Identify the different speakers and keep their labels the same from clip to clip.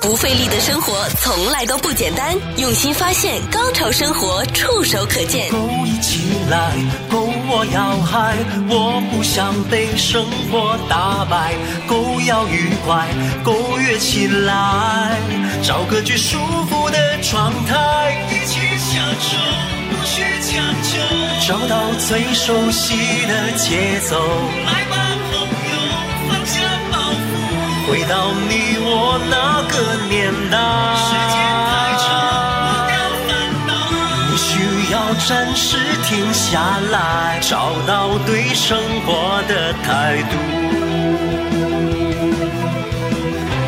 Speaker 1: 不费力的生活从来都不简单，用心发现，高潮生活触手可见
Speaker 2: 勾一起来，勾我要嗨，我不想被生活打败，勾要愉快，勾跃起来，找个最舒服的状态，一起享受，不需强求，找到最熟悉的节奏，来吧，朋友，放下包袱，回到你我那个年代，时间太长，你需要暂时停下来，找到对生活的态度，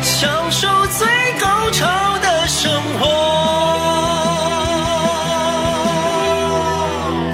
Speaker 2: 享受最高潮的生活。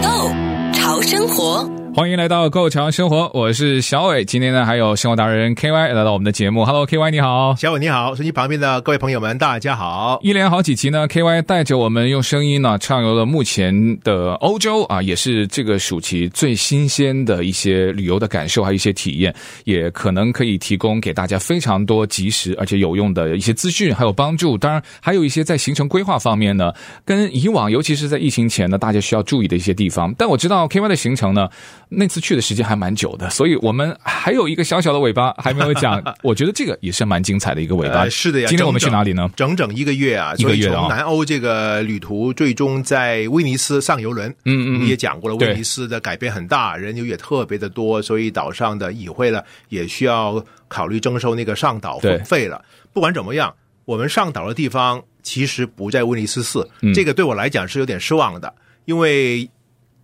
Speaker 1: ，Go 潮生活。
Speaker 3: 欢迎来到《购潮生活》，我是小伟。今天呢，还有生活达人 K Y 来到我们的节目。Hello K Y，你好。
Speaker 4: 小伟你好，手机旁边的各位朋友们，大家好。
Speaker 3: 一连好几集呢，K Y 带着我们用声音呢畅游了目前的欧洲啊，也是这个暑期最新鲜的一些旅游的感受，还有一些体验，也可能可以提供给大家非常多及时而且有用的一些资讯，还有帮助。当然，还有一些在行程规划方面呢，跟以往，尤其是在疫情前呢，大家需要注意的一些地方。但我知道 K Y 的行程呢，那次去的时间还蛮久的，所以我们还有一个小小的尾巴还没有 讲，我觉得这个也是蛮精彩的一个尾巴。
Speaker 4: 呃，是的呀。
Speaker 3: 今天我们去
Speaker 4: 整整
Speaker 3: 哪里呢？
Speaker 4: 整整一个月啊，
Speaker 3: 一个月啊
Speaker 4: 所以从南欧这个旅途，最终在威尼斯上游轮。
Speaker 3: 嗯嗯嗯
Speaker 4: 我们也讲过了，
Speaker 3: 对
Speaker 4: 威尼斯的改变很大，人流也特别的多，所以岛上的议会呢也需要考虑征收那个上岛
Speaker 3: 对
Speaker 4: 费了。不管怎么样，我们上岛的地方其实不在威尼斯市，
Speaker 3: 嗯
Speaker 4: 这个对我来讲是有点失望的，因为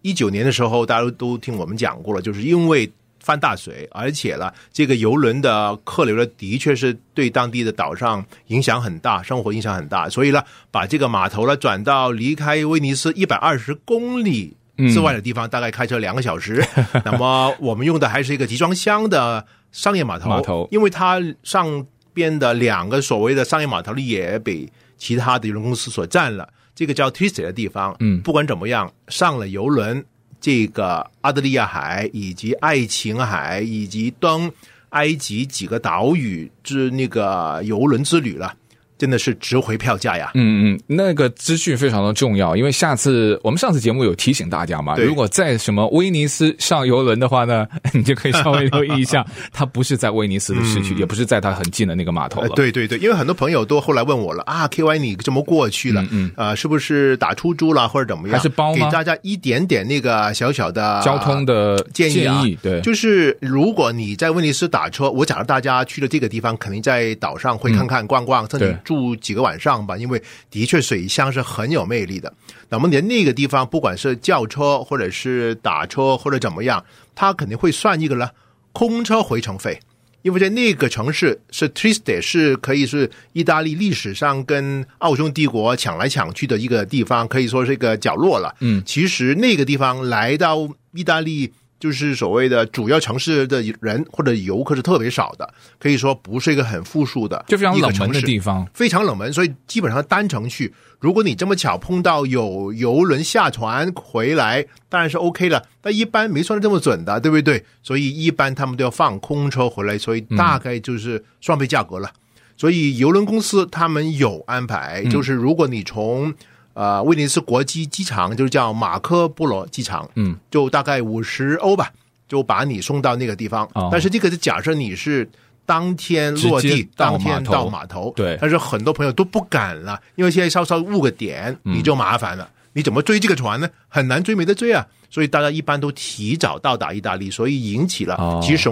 Speaker 4: 一九年的时候，大家都听我们讲过了，就是因为犯大水，而且呢，这个游轮的客流呢，的确是对当地的岛上影响很大，生活影响很大，所以呢，把这个码头呢转到离开威尼斯一百二十公里。之外的地方大概开车两个小时，那么我们用的还是一个集装箱的商业码头，
Speaker 3: 码头
Speaker 4: 因为它上边的两个所谓的商业码头呢也被其他的邮轮公司所占了，这个叫 t i s t 的地方。
Speaker 3: 嗯
Speaker 4: 不管怎么样，上了游轮，这个阿德利亚海以及爱琴海以及东埃及几个岛屿之那个游轮之旅了，真的是值回票价呀！
Speaker 3: 嗯嗯，那个资讯非常的重要，因为下次我们上次节目有提醒大家嘛，
Speaker 4: 对
Speaker 3: 如果在什么威尼斯上游轮的话呢， 你就可以稍微留意一下，它不是在威尼斯的市区，也不是在它很近的那个码头
Speaker 4: 呃
Speaker 3: 了。，
Speaker 4: 嗯对对对，因为很多朋友都后来问我了啊，K Y 你怎么过去了？嗯呃，是不是打出租了或者怎么样？
Speaker 3: 还是包
Speaker 4: 给
Speaker 3: 吗
Speaker 4: 大家一点点那个小小的
Speaker 3: 交通的
Speaker 4: 啊建议啊，
Speaker 3: 对，
Speaker 4: 就是如果你在威尼斯打车，我假如大家去了这个地方，肯定在岛上会看看逛逛，甚
Speaker 3: 对
Speaker 4: 至住几个晚上吧，因为的确水乡是很有魅力的。那么连那个地方，不管是叫车或者是打车或者怎么样，它肯定会算一个呢空车回程费。因为在那个城市是 Trieste，是可以是意大利历史上跟奥匈帝国抢来抢去的一个地方，可以说是一个角落了。
Speaker 3: 嗯，
Speaker 4: 其实那个地方来到意大利，就是所谓的主要城市的人或者游客是特别少的，可以说不是一个很富庶的，
Speaker 3: 就非常冷门的地
Speaker 4: 方。
Speaker 3: 方。
Speaker 4: 非常冷门，所以基本上单程去。如果你这么巧碰到有游轮下船回来，当然是 OK 了。但一般没算的这么准的，对不对？所以一般他们都要放空车回来，所以
Speaker 3: 嗯
Speaker 4: 大概就是双倍价格了。所以游轮公司他们有安排，
Speaker 3: 嗯
Speaker 4: 就是如果你从呃威尼斯国际机场，就是叫马科波罗机场，
Speaker 3: 嗯，
Speaker 4: 就大概五十欧吧，就把你送到那个地方。
Speaker 3: 哦
Speaker 4: 但是这个是假设你是当天落
Speaker 3: 直接
Speaker 4: 地，
Speaker 3: 到
Speaker 4: 当天
Speaker 3: 码头
Speaker 4: 到码头，
Speaker 3: 对
Speaker 4: 但是很多朋友都不敢了，因为现在稍稍误个点
Speaker 3: 嗯
Speaker 4: 你就麻烦了，你怎么追这个船呢？很难追，没得追啊！所以大家一般都提早到达意大利，所以引起
Speaker 3: 哦
Speaker 4: 了其实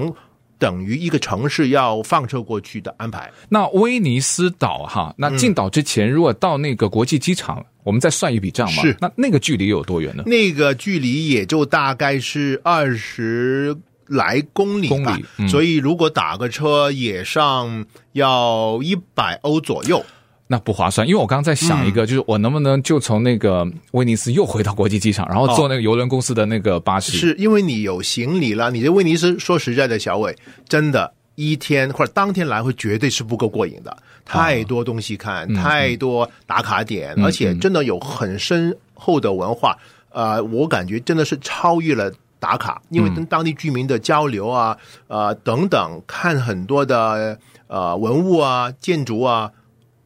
Speaker 4: 等于一个城市要放射过去的安排。
Speaker 3: 那威尼斯岛
Speaker 4: 嗯
Speaker 3: 哈，那进岛之前如果到那个国际机场，我们再算一笔账嘛。
Speaker 4: 是
Speaker 3: 那那个距离有多远呢？
Speaker 4: 那个距离也就大概是二十来公里吧，
Speaker 3: 公里嗯
Speaker 4: 所以如果打个车也上要一百欧左右。
Speaker 3: 那不划算，因为我刚刚在想一
Speaker 4: 嗯
Speaker 3: 个，就是我能不能就从那个威尼斯又回到国际机场，然后
Speaker 4: 哦
Speaker 3: 坐那个邮轮公司的那个巴士？
Speaker 4: 是因为你有行李了，你在威尼斯，说实在的，小伟，真的，一天或者当天来回绝对是不够过瘾的，太多东西看，太多打卡点，而且真的有很深厚的文化，呃，我感觉真的是超越了。打卡，因为跟当地居民的交流啊，呃等等，看很多的呃文物啊、建筑啊，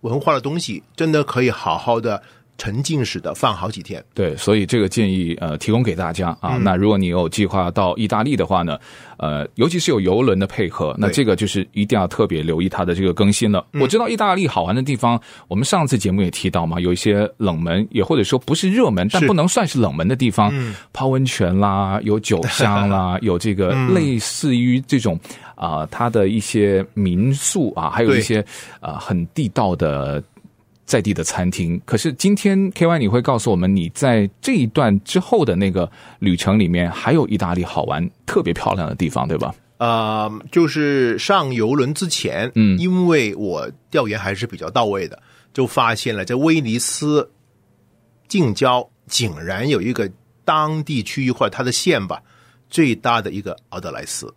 Speaker 4: 文化的东西，真的可以好好的沉浸式的放好几天。
Speaker 3: 对，所以这个建议呃提供给大家
Speaker 4: 嗯
Speaker 3: 啊。那如果你有计划到意大利的话呢，呃，尤其是有游轮的配合，那
Speaker 4: 对嗯
Speaker 3: 这个就是一定要特别留意它的这个更新了。我知道意大利好玩的地方，我们上次节目也提到嘛，有一些冷门，也或者说不是热门，但
Speaker 4: 是嗯
Speaker 3: 不能算是冷门的地方，泡温泉啦，有酒香 啦，有这个
Speaker 4: 嗯
Speaker 3: 类似于这种啊、它的一些民宿啊，还有一
Speaker 4: 对
Speaker 3: 些啊很地道的在地的餐厅。可是今天 K Y 你会告诉我们，你在这一段之后的那个旅程里面，还有意大利好玩、特别漂亮的地方，对吧？
Speaker 4: 呃，就是上游轮之前，
Speaker 3: 嗯
Speaker 4: 因为我调研还是比较到位的，就发现了在威尼斯近郊竟然有一个当地区域或者它的县吧最大的一个奥德莱斯。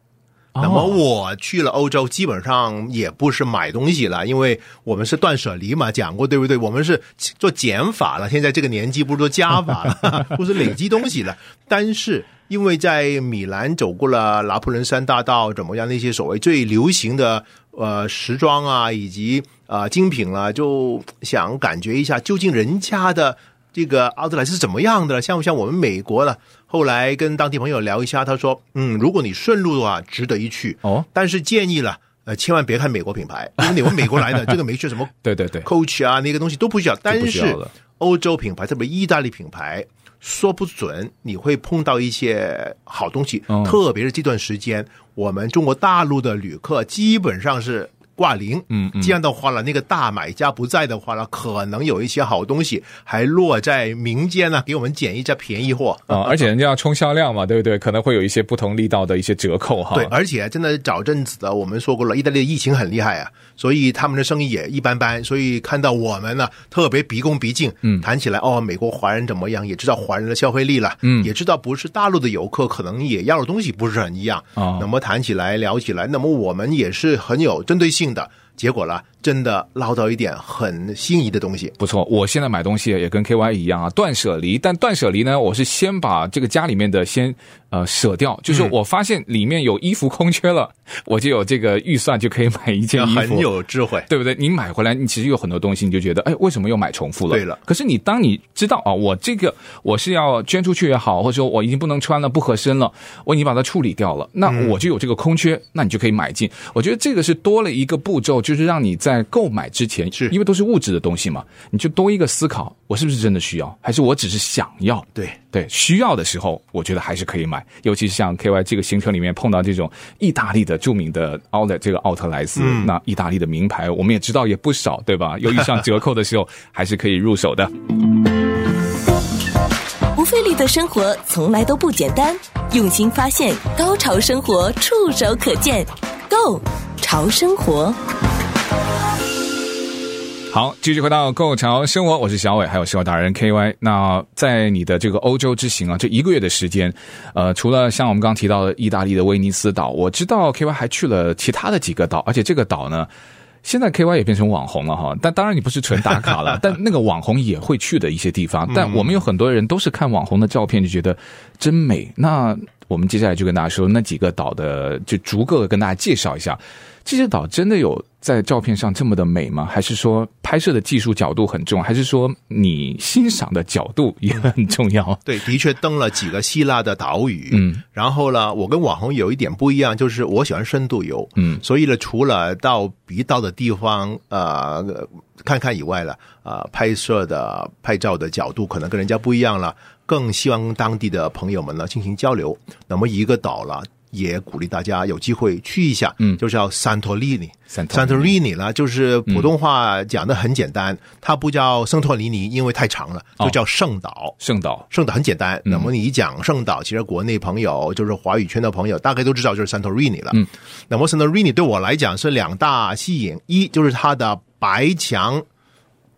Speaker 4: 哦
Speaker 3: 哦
Speaker 4: 那么我去了欧洲，基本上也不是买东西了，因为我们是断舍离嘛，讲过对不对？我们是做减法了，现在这个年纪不是做加法了，不是累积东西了。但是因为在米兰走过了拿破仑山大道，怎么样那些所谓最流行的呃时装啊，以及呃精品啦、就想感觉一下究竟人家的这个奥特莱斯是怎么样的了，像不像我们美国了？后来跟当地朋友聊一下，他说，嗯，如果你顺路的话，值得一去。
Speaker 3: 哦，
Speaker 4: 但是建议了，呃，千万别看美国 品牌，因为你们美国来的这个没去什么
Speaker 3: 对对对，
Speaker 4: Coach 啊那个东西都不需要，但
Speaker 3: 需要
Speaker 4: 是
Speaker 3: 了
Speaker 4: 欧洲品牌，特别意大利品牌。说不准你会碰到一些好东西，
Speaker 3: 嗯
Speaker 4: 特别是这段时间，我们中国大陆的旅客基本上是挂零。
Speaker 3: 嗯嗯
Speaker 4: 这样的话呢，那个大买家不在的话呢，可能有一些好东西还落在民间呢，给我们捡一下便宜货。
Speaker 3: 啊、而且人家要冲销量嘛，对不对？可能会有一些不同力道的一些折扣哈。
Speaker 4: 对，而且真的早阵子的，我们说过了，意大利的疫情很厉害啊，所以他们的生意也一般般，所以看到我们呢，特别毕恭毕敬，嗯，谈起来哦，美国华人怎么样，也知道华人的消费力了，嗯，也知道不是大陆的游客可能也要的东西不是很一样，
Speaker 3: 哦
Speaker 4: 那么谈起来聊起来，那么我们也是很有针对性的，结果呢，真的捞到一点很心仪的东西，
Speaker 3: 不错，我现在买东西也跟 K Y 一样啊，断舍离。但断舍离呢，我是先把这个家里面的先呃舍掉，就是
Speaker 4: 嗯
Speaker 3: 我发现里面有衣服空缺了，我就有这个预算就可以买一件衣服。
Speaker 4: 很有智慧，
Speaker 3: 对不对？你买回来，你其实有很多东西，你就觉得，哎，为什么又买重复了？
Speaker 4: 对了
Speaker 3: 可是你当你知道啊，我这个我是要捐出去也好，或者说我已经不能穿了，不合身了，我已经把它处理掉了，那
Speaker 4: 嗯
Speaker 3: 我就有这个空缺，那你就可以买进。我觉得这个是多了一个步骤，就是让你在购买之前，
Speaker 4: 是
Speaker 3: 因为都是物质的东西嘛，你就多一个思考，我是不是真的需要，还是我只是想要？
Speaker 4: 对。
Speaker 3: 对，需要的时候，我觉得还是可以买。尤其是像 K Y 这个行程里面碰到这种意大利的著名的 outlet，这个奥特莱斯，那意大利的名牌，我们也知道也不少，对吧？有遇上折扣的时候，还是可以入手的。
Speaker 1: 不费力的生活从来都不简单，用心发现，高潮生活触手可见 g o 潮生活，
Speaker 3: 好，继续回到购潮生活，我是小伟，还有生活达人 K Y。那在你的这个欧洲之行啊，这一个月的时间，呃，除了像我们刚提到的意大利的威尼斯岛，我知道 K Y 还去了其他的几个岛，而且这个岛呢。现在 K Y 也变成网红了哈，但当然你不是纯打卡了，但那个网红也会去的一些地方。但我们有很多人都是看网红的照片就觉得真美。那我们接下来就跟大家说那几个岛的，就逐个跟大家介绍一下。这些岛真的有在照片上这么的美吗？还是说拍摄的技术角度很重？还是说你欣赏的角度也很重要？
Speaker 4: 对，的确登了几个希腊的岛屿。
Speaker 3: 嗯，
Speaker 4: 然后呢，我跟网红有一点不一样，就是我喜欢深度游。
Speaker 3: 嗯
Speaker 4: 所以呢，除了到必到的地方呃看看以外了，呃，拍摄的拍照的角度可能跟人家不一样了，更希望当地的朋友们呢进行交流。那么一个岛了。也鼓励大家有机会去一下，
Speaker 3: 嗯
Speaker 4: 就是叫圣托里尼。
Speaker 3: Santorini
Speaker 4: 圣托里尼呢，就是普通话讲的很简
Speaker 3: 嗯
Speaker 4: 单，它不叫圣托里尼，因为太长了，
Speaker 3: 哦
Speaker 4: 就叫圣岛。
Speaker 3: 圣岛
Speaker 4: 圣岛很简单，那么你一讲圣岛，其实国内朋友就是华语圈的朋友，大概都知道就是 Santorini 了。
Speaker 3: 嗯，
Speaker 4: 那么 Santorini 对我来讲是两大吸引，一就是它的白墙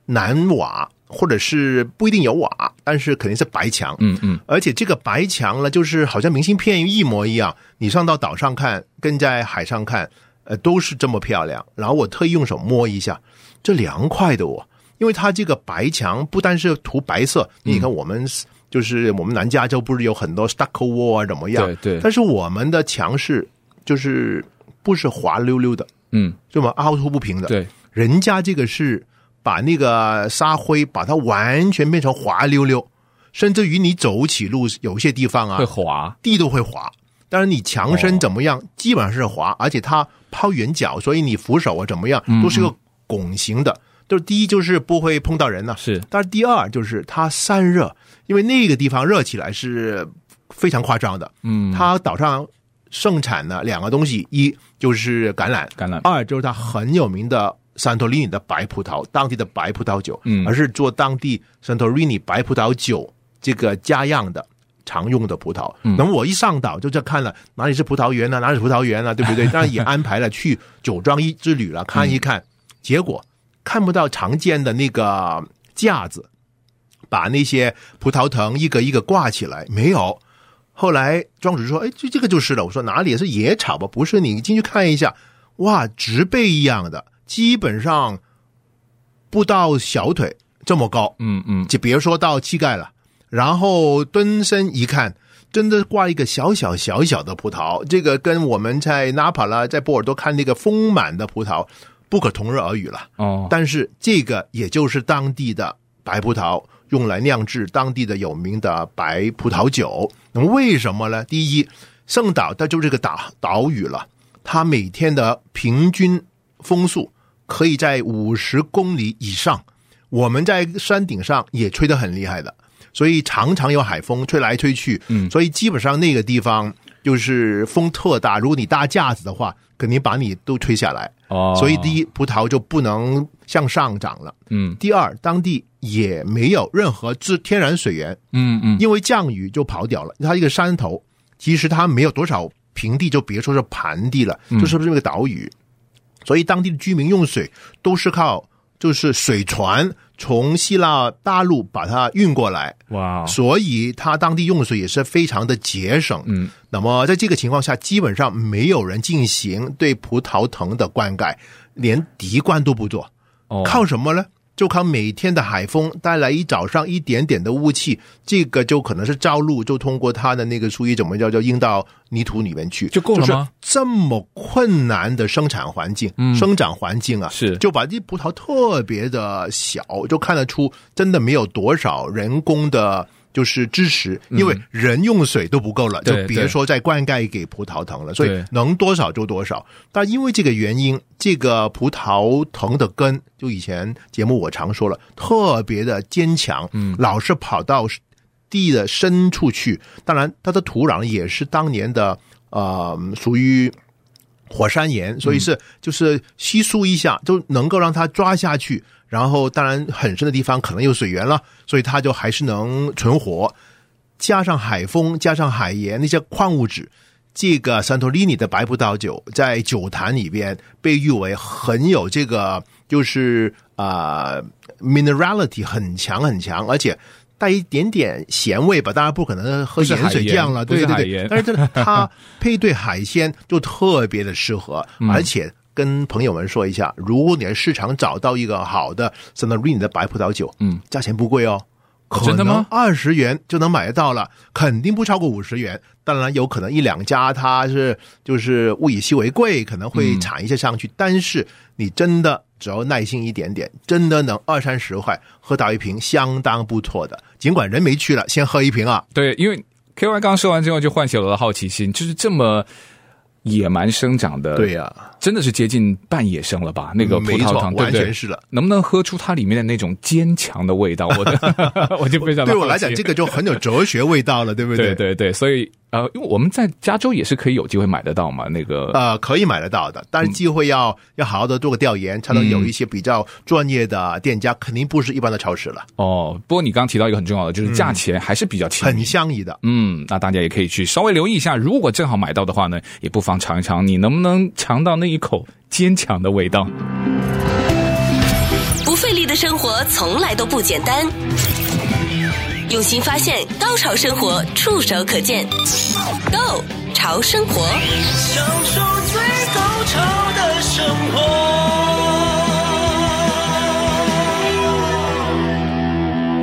Speaker 4: 南瓦，或者是不一定有瓦，但是肯定是白墙。
Speaker 3: 嗯嗯，
Speaker 4: 而且这个白墙呢，就是好像明信片一模一样，你上到岛上看，跟在海上看，呃，都是这么漂亮。然后我特意用手摸一下，这凉快的我，因为它这个白墙不单是涂白色，你看我们。就是我们南加州不是有很多 stucco wall 啊，怎么样？
Speaker 3: 对对
Speaker 4: 但是我们的墙是就是不是滑溜溜的，
Speaker 3: 嗯，
Speaker 4: 对吗？凹凸不平的。
Speaker 3: 对，
Speaker 4: 人家这个是把那个沙灰把它完全变成滑溜溜，甚至于你走起路有一些地方啊
Speaker 3: 会，滑，
Speaker 4: 地都会滑。但是你强
Speaker 3: 哦
Speaker 4: 身怎么样，基本上是滑，而且它抛远角，所以你扶手啊怎么样，
Speaker 3: 嗯
Speaker 4: 都是个拱形的。就是第一就是不会碰到人呐、啊
Speaker 3: 是
Speaker 4: 但是第二就是它散热，因为那个地方热起来是非常夸张的。
Speaker 3: 嗯，
Speaker 4: 它岛上盛产了两个东西，一就是橄榄，
Speaker 3: 橄榄
Speaker 4: 二就是它很有名的santorini 的白葡萄，当地的白葡萄酒，
Speaker 3: 嗯
Speaker 4: 而是做当地 Santorini 白葡萄酒这个家样的。常用的葡萄，那么我一上岛就这看了哪里是葡萄园呢、哪里是葡萄园呢、对不对？当然也安排了去酒庄一之旅了，看一看。结果看不到常见的那个架子，把那些葡萄藤一个一个挂起来，没有。后来庄主说：“哎，这这个就是了。”我说：“哪里是野草吧？不是，你进去看一下，哇，植被一样的，基本上不到小腿这么高，
Speaker 3: 嗯嗯，
Speaker 4: 就别说到膝盖了。然后蹲身一看，真的挂一个小小小小的葡萄，这个跟我们在纳帕拉、在波尔多看那个丰满的葡萄不可同日而语了。
Speaker 3: 哦，
Speaker 4: 但是这个也就是当地的白葡萄用来酿制当地的有名的白葡萄酒。那么为什么呢？第一，圣岛它就是个岛岛屿了，它每天的平均风速可以在五十公里以上。我们在山顶上也吹得很厉害的，所以常常有海风吹来吹去。嗯，所以基本上那个地方就是风特大，如果你搭架子的话，肯定把你都吹下来。
Speaker 3: 哦，
Speaker 4: 所以第
Speaker 3: 一，
Speaker 4: 一，葡萄就不能向上涨了；
Speaker 3: 嗯
Speaker 4: 第二，当地也没有任何自天然水源，
Speaker 3: 嗯嗯，
Speaker 4: 因为降雨就跑掉了。它一个山头，其实它没有多少平地，就别说是盘地了，
Speaker 3: 嗯
Speaker 4: 就是这么个岛屿。所以当地的居民用水都是靠就是水船从希腊大陆把它运过来，
Speaker 3: 哇，哦
Speaker 4: 所以它当地用水也是非常的节省。
Speaker 3: 嗯，
Speaker 4: 那么在这个情况下，基本上没有人进行对葡萄藤的灌溉，连滴灌都不做，
Speaker 3: 哦，
Speaker 4: 靠什么呢？就靠每天的海风带来一早上一点点的雾气，这个就可能是朝露，就通过它的那个树叶怎么叫叫映到泥土里面去，
Speaker 3: 就够了吗
Speaker 4: 是这么困难的生产环境、
Speaker 3: 嗯
Speaker 4: 生长环境啊，
Speaker 3: 是
Speaker 4: 就把这葡萄特别的小，就看得出真的没有多少人工的。就是支持，因为人用水都不够了，
Speaker 3: 嗯对
Speaker 4: 就别
Speaker 3: 对
Speaker 4: 说再灌溉给葡萄藤了，所以
Speaker 3: 对
Speaker 4: 能多少就多少。但因为这个原因，这个葡萄藤的根，就以前节目我常说了，特别的坚强，嗯，老是跑到地的深处去。当然，它的土壤也是当年的呃，属于火山岩，所以是就是稀疏一下就能够让它抓下去。然后，当然很深的地方可能有水源了，所以它就还是能存活。加上海风，加上海盐那些矿物质，这个santorini 的白葡萄酒在酒坛里边被誉为很有这个就是啊、呃 minerality 很强很强，而且带一点点咸味吧，当然不可能喝
Speaker 3: 是海
Speaker 4: 盐水
Speaker 3: 盐
Speaker 4: 酱了，
Speaker 3: 不是
Speaker 4: 对对
Speaker 3: 海
Speaker 4: 对
Speaker 3: 盐，
Speaker 4: 但是它它配对海鲜就特别的适合，
Speaker 3: 嗯
Speaker 4: 而且。跟朋友们说一下，如果你在市场找到一个好的 Santorini 的白葡萄酒，
Speaker 3: 嗯，
Speaker 4: 价钱不贵哦，可
Speaker 3: 真的
Speaker 4: 能
Speaker 3: 吗
Speaker 4: 二十元就能买得到了，肯定不超过五十元。当然，有可能一两家它是就是物以稀为贵，可能会
Speaker 3: 嗯
Speaker 4: 产一些上去，但是你真的只要耐心一点点，真的能二三十块喝到一瓶，相当不错的。尽管人没去了，先喝一瓶啊。
Speaker 3: 对，因为 K Y 刚说完之后，就唤起了我的好奇心，就是这么野蛮生长的，
Speaker 4: 对呀、嗯
Speaker 3: 真的是接近半野生了吧？呃那个葡
Speaker 4: 没
Speaker 3: 萄
Speaker 4: 错
Speaker 3: 糖，，对
Speaker 4: 完
Speaker 3: 不
Speaker 4: 全
Speaker 3: 对？
Speaker 4: 是了。
Speaker 3: 能不能喝出它里面的那种坚强的味道？我 的，我就非常地
Speaker 4: 对我
Speaker 3: 好
Speaker 4: 来
Speaker 3: 奇
Speaker 4: 讲，这个就很有哲学味 道了，对不
Speaker 3: 对对
Speaker 4: 对
Speaker 3: 对，所以呃，因为我们在加州也是可以有机会买得到嘛，那个
Speaker 4: 呃，可以买得到的，
Speaker 3: 嗯
Speaker 4: 但是机会要、要好好的做个调研，才能有一些比较专业的店家，肯定不是一般的超市了，
Speaker 3: 哦，不过你刚提到一个很重要的，就是价钱还是比较亲
Speaker 4: 很
Speaker 3: 民。
Speaker 4: 相宜的。
Speaker 3: 嗯，那大家也可以去稍微留意一下，如果正好买到的话呢，也不妨尝一尝，你能不能尝到那一口坚强的味道？
Speaker 1: 不费力的生活从来都不简单。用心发现，高潮生活触手可见 Go 潮生活，
Speaker 2: 享受最高潮的生活。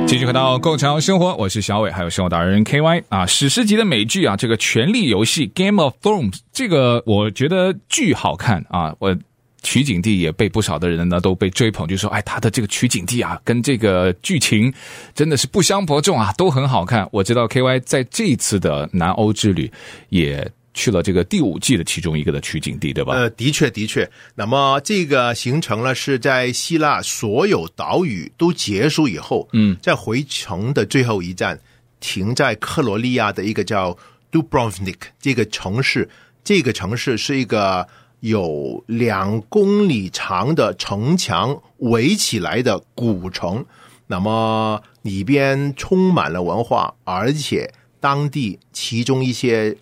Speaker 3: 继续回到《购潮生活》，我是小伟，还有生活达人 K Y 啊。史诗级的美剧啊，这个《权力游戏》（Game of Thrones） 这个，我觉得巨好看啊！我取景地也被不少的人呢都被追捧，就说哎，它的这个取景地啊，跟这个剧情真的是不相伯仲啊，都很好看。我知道 K Y 在这一次的南欧之旅也去了这个第五季的其中一个的取景地，对吧？
Speaker 4: 呃，的确，的确。那么这个行程呢，是在希腊所有岛屿都结束以后，嗯，在回程的最后一站停在克罗利亚的一个叫 Dubrovnik 这个城市。这个城市是一个有两公里长的城墙围起来的古城，那么里边充满了文化，而且当地其中一些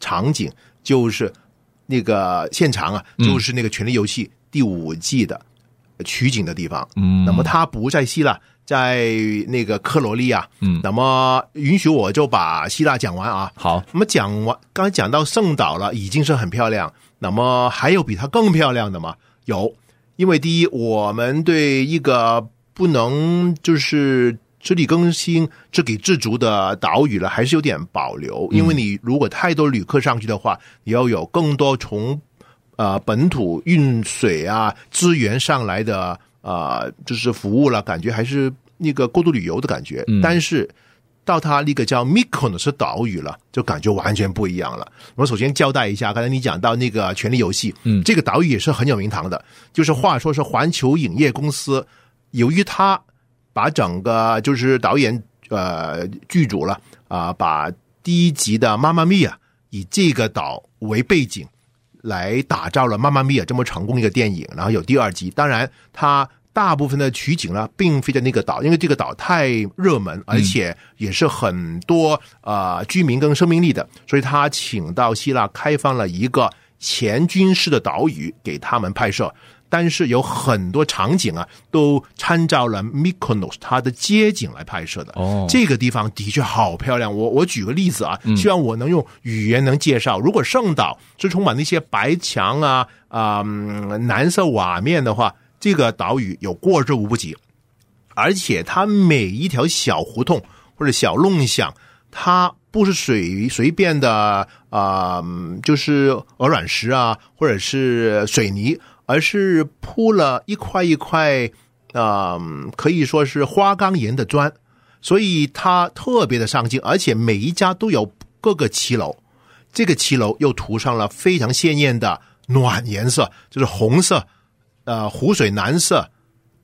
Speaker 4: 场景就是那个现场啊，就是那个《权力游戏》第五季的取景的地方。嗯，那么它不在希腊，在那个克罗利亚。嗯，那么允许我就把希腊讲完啊。
Speaker 3: 好，
Speaker 4: 那么讲完，刚才讲到圣岛了，已经是很漂亮。那么还有比它更漂亮的吗？有，因为第一，我们对一个不能就是自力更新、自给自足的岛屿了，还是有点保留。因为你如果太多旅客上去的话，你要有更多从呃本土运水啊资源上来的呃就是服务了，感觉还是那个过度旅游的感觉。但是到它那个叫 Mykonos 的岛屿了，就感觉完全不一样了。我首先交代一下，刚才你讲到那个《权力游戏》，嗯，这个岛屿也是很有名堂的，就是话说是环球影业公司，由于它把整个就是导演呃剧组了啊、把第一集的《妈妈咪呀》以这个岛为背景，来打造了《妈妈咪呀》这么成功的一个电影，然后有第二集。当然，它大部分的取景呢，并非在那个岛，因为这个岛太热门，而且也是很多呃居民跟生命力的，所以他请到希腊开放了一个前军事的岛屿给他们拍摄。但是有很多场景啊，都参照了 Mykonos 它的街景来拍摄的。
Speaker 3: 哦
Speaker 4: 这个地方的确好漂亮。我我举个例子啊，希望我能用语言能介绍。如果圣岛是充满那些白墙啊啊、嗯蓝色瓦面的话，这个岛屿有过之无不及。而且它每一条小胡同或者小弄巷，它不是随随便的啊、嗯就是鹅卵石啊，或者是水泥，而是铺了一块一块，啊、嗯可以说是花岗岩的砖，所以它特别的上镜，而且每一家都有各个骑楼，这个骑楼又涂上了非常鲜艳的暖颜色，就是红色、呃湖水蓝色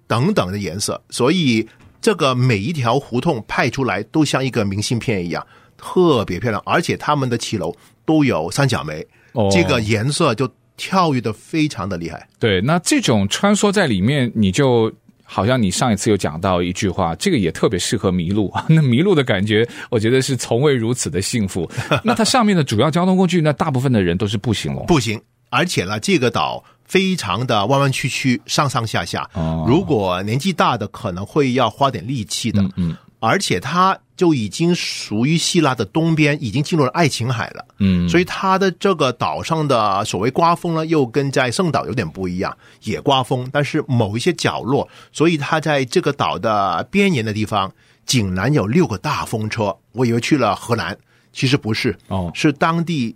Speaker 4: 等等的颜色，所以这个每一条胡同派出来都像一个明信片一样，特别漂亮，而且他们的骑楼都有三角梅，
Speaker 3: 哦
Speaker 4: 这个颜色就跳跃的非常的厉害。
Speaker 3: 对，那这种穿梭在里面，你就好像你上一次有讲到一句话，这个也特别适合迷路啊。那迷路的感觉，我觉得是从未如此的幸 福。那它上面的主要交通工具，那大部分的人都是步行喽。
Speaker 4: 不行，而且呢，这个岛非常的弯弯曲曲，上上下下。
Speaker 3: 哦
Speaker 4: 如果年纪大的，可能会要花点力气的。嗯，而且它就已经属于希腊的东边，已经进入了爱琴海了。
Speaker 3: 嗯，
Speaker 4: 所以它的这个岛上的所谓刮风呢，又跟在圣岛有点不一样，也刮风，但是某一些角落，所以它在这个岛的边沿的地方，竟然有六个大风车。我以为去了荷兰，其实不是，
Speaker 3: 哦
Speaker 4: 是当地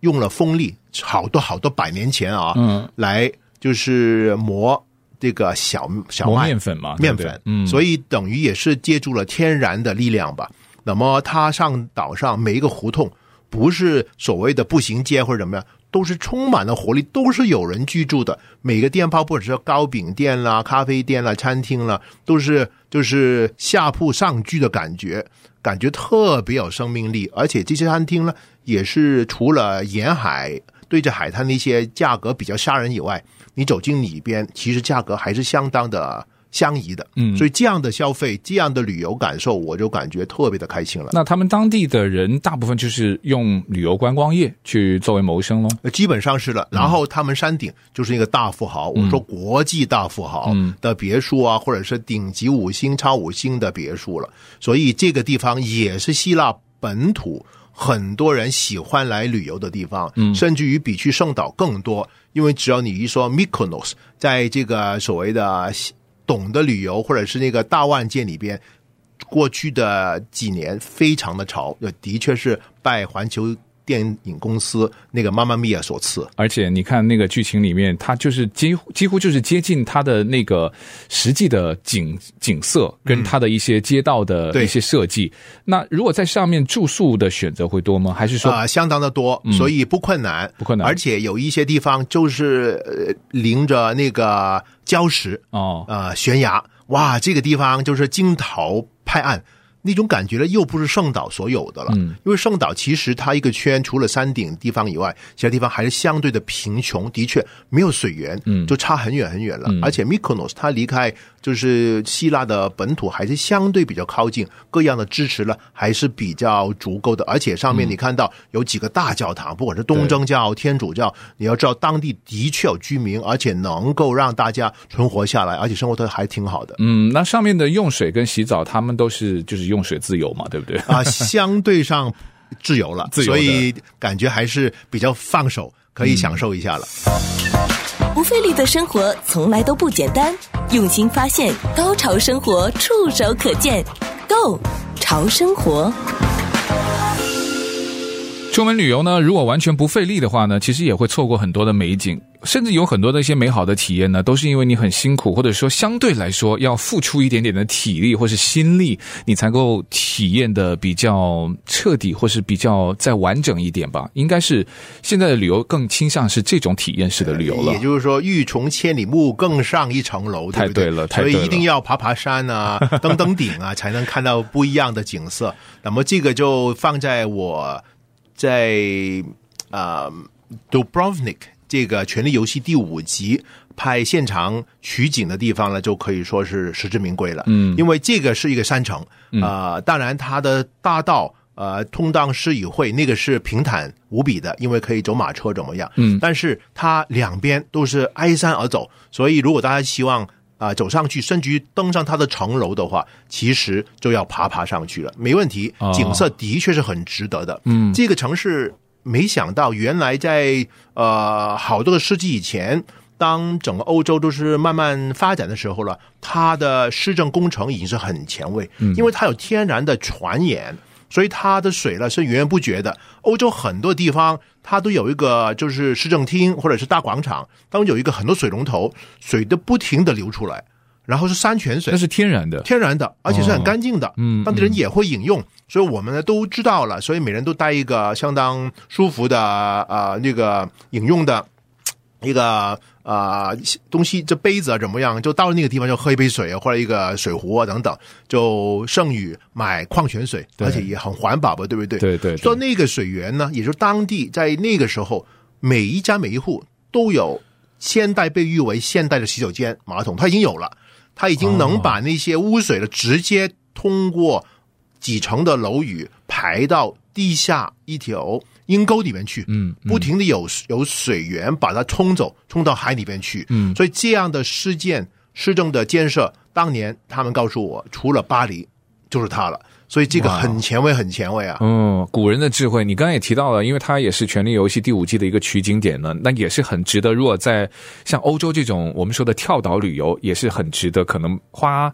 Speaker 4: 用了风力，好多好多百年前啊，
Speaker 3: 嗯，
Speaker 4: 来就是磨这个小小
Speaker 3: 磨
Speaker 4: 麦
Speaker 3: 面粉嘛，对
Speaker 4: 面
Speaker 3: 不对
Speaker 4: 粉，
Speaker 3: 嗯，
Speaker 4: 所以等于也是借助了天然的力量吧。那么它上岛上每一个胡同，不是所谓的步行街或者怎么样，都是充满了活力，都是有人居住的。每个店铺，或者是糕饼店啦、咖啡店啦、餐厅啦，都是就是下铺上居的感觉，感觉特别有生命力。而且这些餐厅呢，也是除了沿海对着海滩的一些价格比较吓人以外，你走进里边，其实价格还是相当的相宜的。嗯，所以这样的消费，这样的旅游感受，我就感觉特别的开心了。
Speaker 3: 那他们当地的人大部分就是用旅游观光业去作为谋生喽。
Speaker 4: 呃基本上是了。然后他们山顶就是那个大富豪，我说国际大富豪的别墅啊，或者是顶级五星、超五星的别墅了。所以这个地方也是希腊本土很多人喜欢来旅游的地方，甚至于比去圣岛更多。因为只要你一说 Mykonos，在这个所谓的懂得旅游或者是那个大万界里边，过去的几年非常的潮，呃，的确是拜环球电影公司那个妈妈咪呀所赐。
Speaker 3: 而且你看那个剧情里面，它就是几乎几乎就是接近它的那个实际的景景色，跟它的一些街道的
Speaker 4: 对
Speaker 3: 一些设计。那如果在上面住宿的选择会多吗？还是说嗯
Speaker 4: 啊、相当的多，所以不困难，
Speaker 3: 不困难
Speaker 4: 而且有一些地方就是呃，临着那个礁石，
Speaker 3: 哦
Speaker 4: 呃，悬崖，哇，这个地方就是惊涛拍岸。那种感觉呢，又不是圣岛所有的了，
Speaker 3: 嗯
Speaker 4: 因为圣岛其实它一个圈除了山顶地方以外，其他地方还是相对的贫穷，的确没有水源，
Speaker 3: 嗯
Speaker 4: 就差很远很远了。
Speaker 3: 嗯
Speaker 4: 而且 Mykonos 它离开就是希腊的本土还是相对比较靠近，各样的支持呢还是比较足够的。而且上
Speaker 3: 嗯
Speaker 4: 面你看到有几个大教堂，不管是东正教、天主教，你要知道当地的确有居民，而且能够让大家存活下来，而且生活的还挺好的。
Speaker 3: 嗯，那上面的用水跟洗澡，他们都是就是用水自由嘛，对不对？
Speaker 4: 啊，相对上自由了，
Speaker 3: 自由
Speaker 4: 所
Speaker 3: 的
Speaker 4: 以感觉还是比较放手，可以享受一下了。
Speaker 1: 不费力的生活从来都不简单，用心发现，高潮生活触手可见 Go 潮生活。
Speaker 3: 出门旅游呢，如果完全不费力的话呢，其实也会错过很多的美景，甚至有很多的一些美好的体验呢，都是因为你很辛苦，或者说相对来说要付出一点点的体力或是心力，你才能够体验的比较彻底，或是比较再完整一点吧。应该是现在的旅游更倾向是这种体验式的旅游了
Speaker 4: 也。就是说，欲穷千里目，更上一层楼，对不
Speaker 3: 太对了太
Speaker 4: 所
Speaker 3: 对了
Speaker 4: 以一定要爬爬山 啊，登登顶啊，才能看到不一样的景色。那么这个就放在我在啊、呃、Dubrovnik 这个《权力游戏》第五集拍现场取景的地方呢，就可以说是实至名归了。嗯，因为这个是一个山城，
Speaker 3: 嗯
Speaker 4: 呃，当然它的大道。呃，通当市议会那个是平坦无比的，因为可以走马车怎么样？嗯，但是它两边都是挨山而走，所以如果大家希望啊、走上去，甚至于登上它的城楼的话，其实就要爬爬上去了，没问题
Speaker 3: 哦，
Speaker 4: 景色的确是很值得的。嗯，这个城市没想到原来在呃好多个世纪以前。当整个欧洲都是慢慢发展的时候了，它的市政工程已经是很前卫，因为它有天然的泉眼，所以它的水呢是源源不绝的。欧洲很多地方它都有一个就是市政厅或者是大广场，当中有一个很多水龙头，水都不停的流出来，然后是山泉水
Speaker 3: 那，是天然的，
Speaker 4: 天然的，而且是很干净的，
Speaker 3: 嗯
Speaker 4: 当地人也会饮用，所以我们呢都知道了，所以每人都带一个相当舒服的呃那个饮用的一个呃东西，这杯子啊怎么样？就到了那个地方就喝一杯水啊，或者一个水壶啊等等，就剩余买矿泉水，
Speaker 3: 对
Speaker 4: 而且也很环保吧，对不对？
Speaker 3: 对对对
Speaker 4: 说那个水源呢，也就是当地在那个时候，每一家每一户都有现代被誉为现代的洗手间马桶，它已经有了，它已经
Speaker 3: 哦
Speaker 4: 能把那些污水呢直接通过几层的楼宇排到地下一条阴沟里面去，
Speaker 3: 嗯嗯
Speaker 4: 不停的有有水源把它冲走，冲到海里面去，
Speaker 3: 嗯
Speaker 4: 所以这样的事件市政的建设，当年他们告诉我，除了巴黎就是它了，所以这个
Speaker 3: 哇
Speaker 4: 很前卫，很前卫啊，
Speaker 3: 嗯，古人的智慧，你刚才也提到了，因为它也是《权力游戏》第五季的一个取景点呢，那也是很值得。如果在像欧洲这种我们说的跳岛旅游，也是很值得，可能花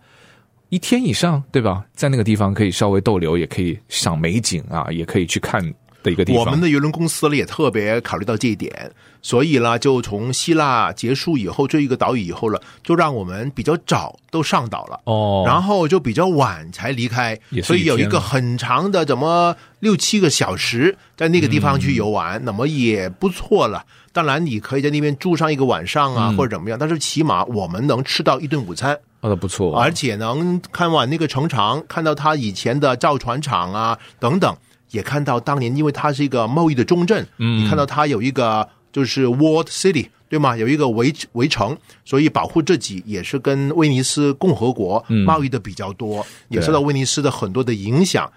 Speaker 3: 一天以上，对吧？在那个地方可以稍微逗留，也可以赏美景啊，也可以去看的一个地方。
Speaker 4: 我们的邮轮公司呢也特别考虑到这一点，所以呢，就从希腊结束以后，这一个岛屿以后了，就让我们比较早都上岛了。
Speaker 3: 哦，
Speaker 4: 然后就比较晚才离开
Speaker 3: 也，是
Speaker 4: 所
Speaker 3: 一
Speaker 4: 以有一
Speaker 3: 天
Speaker 4: 个
Speaker 3: 了
Speaker 4: 很长的，怎么六七个小时在那个地方去游
Speaker 3: 嗯
Speaker 4: 玩，那么也不错了。当然，你可以在那边住上一个晚上啊，
Speaker 3: 嗯
Speaker 4: 或者怎么样，但是起码我们能吃到一顿午餐。
Speaker 3: 哦，不错，
Speaker 4: 而且能看完那个城墙，看到他以前的造船厂啊等等，也看到当年因为它是一个贸易的重镇，嗯，你看到它有一个就是 World City。对吗？有一个围围城，所以保护自己也是跟威尼斯共和国贸易的比较多，也受到威尼斯的很多的影响。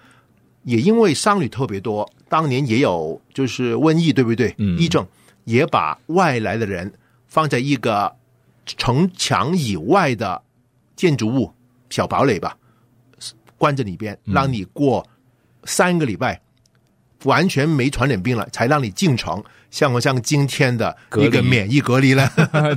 Speaker 4: 也因为商旅特别多，当年也有就是瘟疫，对不对？嗯，疫症也把外来的人放在一个城墙以外的建筑物小堡垒吧，关在里边，
Speaker 3: 嗯
Speaker 4: 让你过三个礼拜，完全没传染病了，才让你进城。像不像今天的
Speaker 3: 隔离
Speaker 4: 一个免疫隔 离了？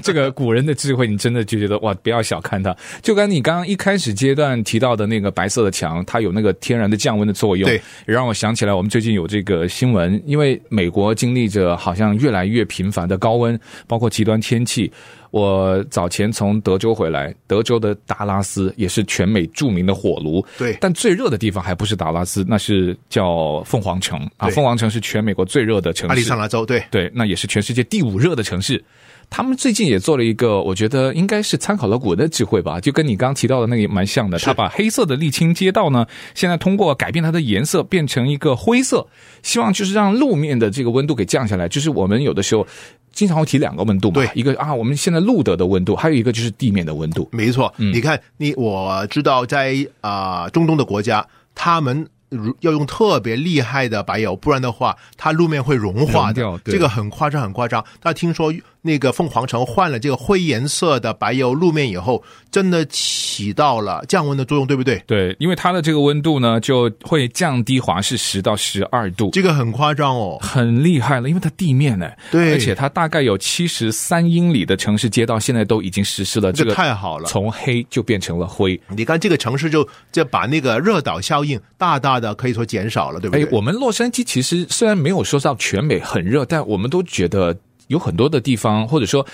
Speaker 3: 这个古人的智慧，你真的就觉得哇，不要小看它。就跟你刚刚一开始阶段提到的那个白色的墙，它有那个天然的降温的作用，
Speaker 4: 对，
Speaker 3: 让我想起来我们最近有这个新闻，因为美国经历着好像越来越频繁的高温，包括极端天气。我早前从德州回来，德州的达拉斯也是全美著名的火炉，
Speaker 4: 对
Speaker 3: 但最热的地方还不是达拉斯，那是叫凤凰城啊，
Speaker 4: 对
Speaker 3: 凤凰城是全美国最热的城市，
Speaker 4: 阿里桑那州对，
Speaker 3: 对，那也是全世界第五热的城市。他们最近也做了一个，我觉得应该是参考了古人的智慧吧，就跟你刚刚提到的那个也蛮像的。他把黑色的沥青街道呢，现在通过改变它的颜色变成一个灰色，希望就是让路面的这个温度给降下来。就是我们有的时候经常会提两个温度嘛
Speaker 4: 对，
Speaker 3: 一个啊我们现在路得的温度，还有一个就是地面的温度。
Speaker 4: 没错。
Speaker 3: 嗯
Speaker 4: 你看，你我知道在啊、中东的国家，他们。如要用特别厉害的白油，不然的话，它路面会融化
Speaker 3: 融
Speaker 4: 的
Speaker 3: 掉。对
Speaker 4: 这个很夸张，很夸张。但听说那个凤凰城换了这个灰颜色的白油路面以后，真的起到了降温的作用，对不对？
Speaker 3: 对，因为它的这个温度呢，就会降低华氏十到十二度，
Speaker 4: 这个很夸 张哦。
Speaker 3: 很厉害了，因为它地面呢，
Speaker 4: 对
Speaker 3: 而且它大概有七十三英里的城市街道，现在都已经实施了这
Speaker 4: 这
Speaker 3: 个，
Speaker 4: 太好了
Speaker 3: 从黑就变成了灰。
Speaker 4: 你看这个城市就就把那个热岛效应大大的可以说减少了，对不对？
Speaker 3: 哎，我们洛杉矶其实虽然没有说到全美很热，但我们都觉得有很多的地方，或者说。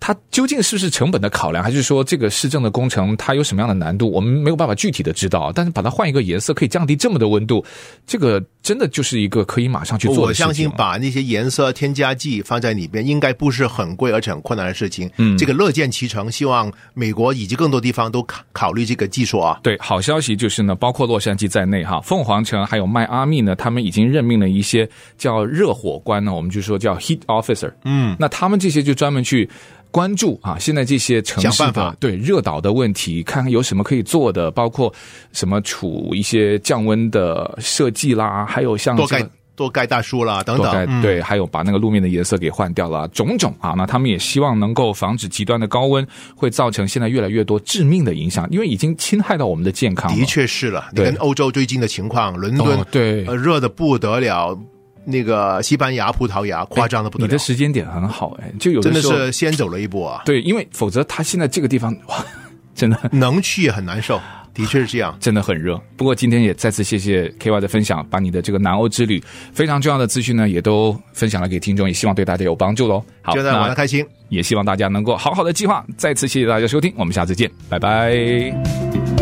Speaker 3: 它究竟是不是成本的考量，还是说这个市政的工程它有什么样的难度，我们没有办法具体的知道。但是把它换一个颜色，可以降低这么的温度，这个真的就是一个可以马上去做
Speaker 4: 我
Speaker 3: 的事情了。啊
Speaker 4: 相信把那些颜色添加剂放在里边，应该不是很贵而且很困难的事情。嗯，这个乐见其成，希望美国以及更多地方都考考虑这个技术啊。
Speaker 3: 对，好消息就是呢，包括洛杉矶在内哈，凤凰城还有迈阿密呢，他们已经任命了一些叫热火官呢，我们就说叫 heat officer。嗯，那他们这些就专门去。关注啊，现在这些城市
Speaker 4: 想办
Speaker 3: 的
Speaker 4: 法
Speaker 3: 对热岛的问题，看看有什么可以做的，包括什么处一些降温的设计啦，还有像嗯
Speaker 4: 多
Speaker 3: 这个
Speaker 4: 盖多盖大树啦，等
Speaker 3: 多盖
Speaker 4: 等。嗯
Speaker 3: 对，还有把那个路面的颜色给换掉了，种种啊。那他们也希望能够防止极端的高温会造成现在越来越多致命的影响，因为已经侵害到我们的健康了。
Speaker 4: 的确是了。你
Speaker 3: 啊对
Speaker 4: 跟欧洲最近的情况，伦敦、
Speaker 3: 哦对
Speaker 4: 呃，热的不得了，那个西班牙、葡萄牙夸张的不
Speaker 3: 哎
Speaker 4: 得
Speaker 3: 你
Speaker 4: 了
Speaker 3: 的，时间点很好哎，就有
Speaker 4: 真的
Speaker 3: 时候
Speaker 4: 是先走了一步啊，
Speaker 3: 对，因为否则他现在这个地方 哇，真的
Speaker 4: 能去也很难受，的确是这样。
Speaker 3: 真的很热。不过今天也再次谢谢 K Y 的分享，把你的这个南欧之旅非常重要的资讯呢，也都分享了给听众，也希望对大家有帮助喽。好，
Speaker 4: 就在玩的
Speaker 3: 那
Speaker 4: 开心。
Speaker 3: 也希望大家能够好好的计划。再次谢谢大家收听，我们下次见，拜拜。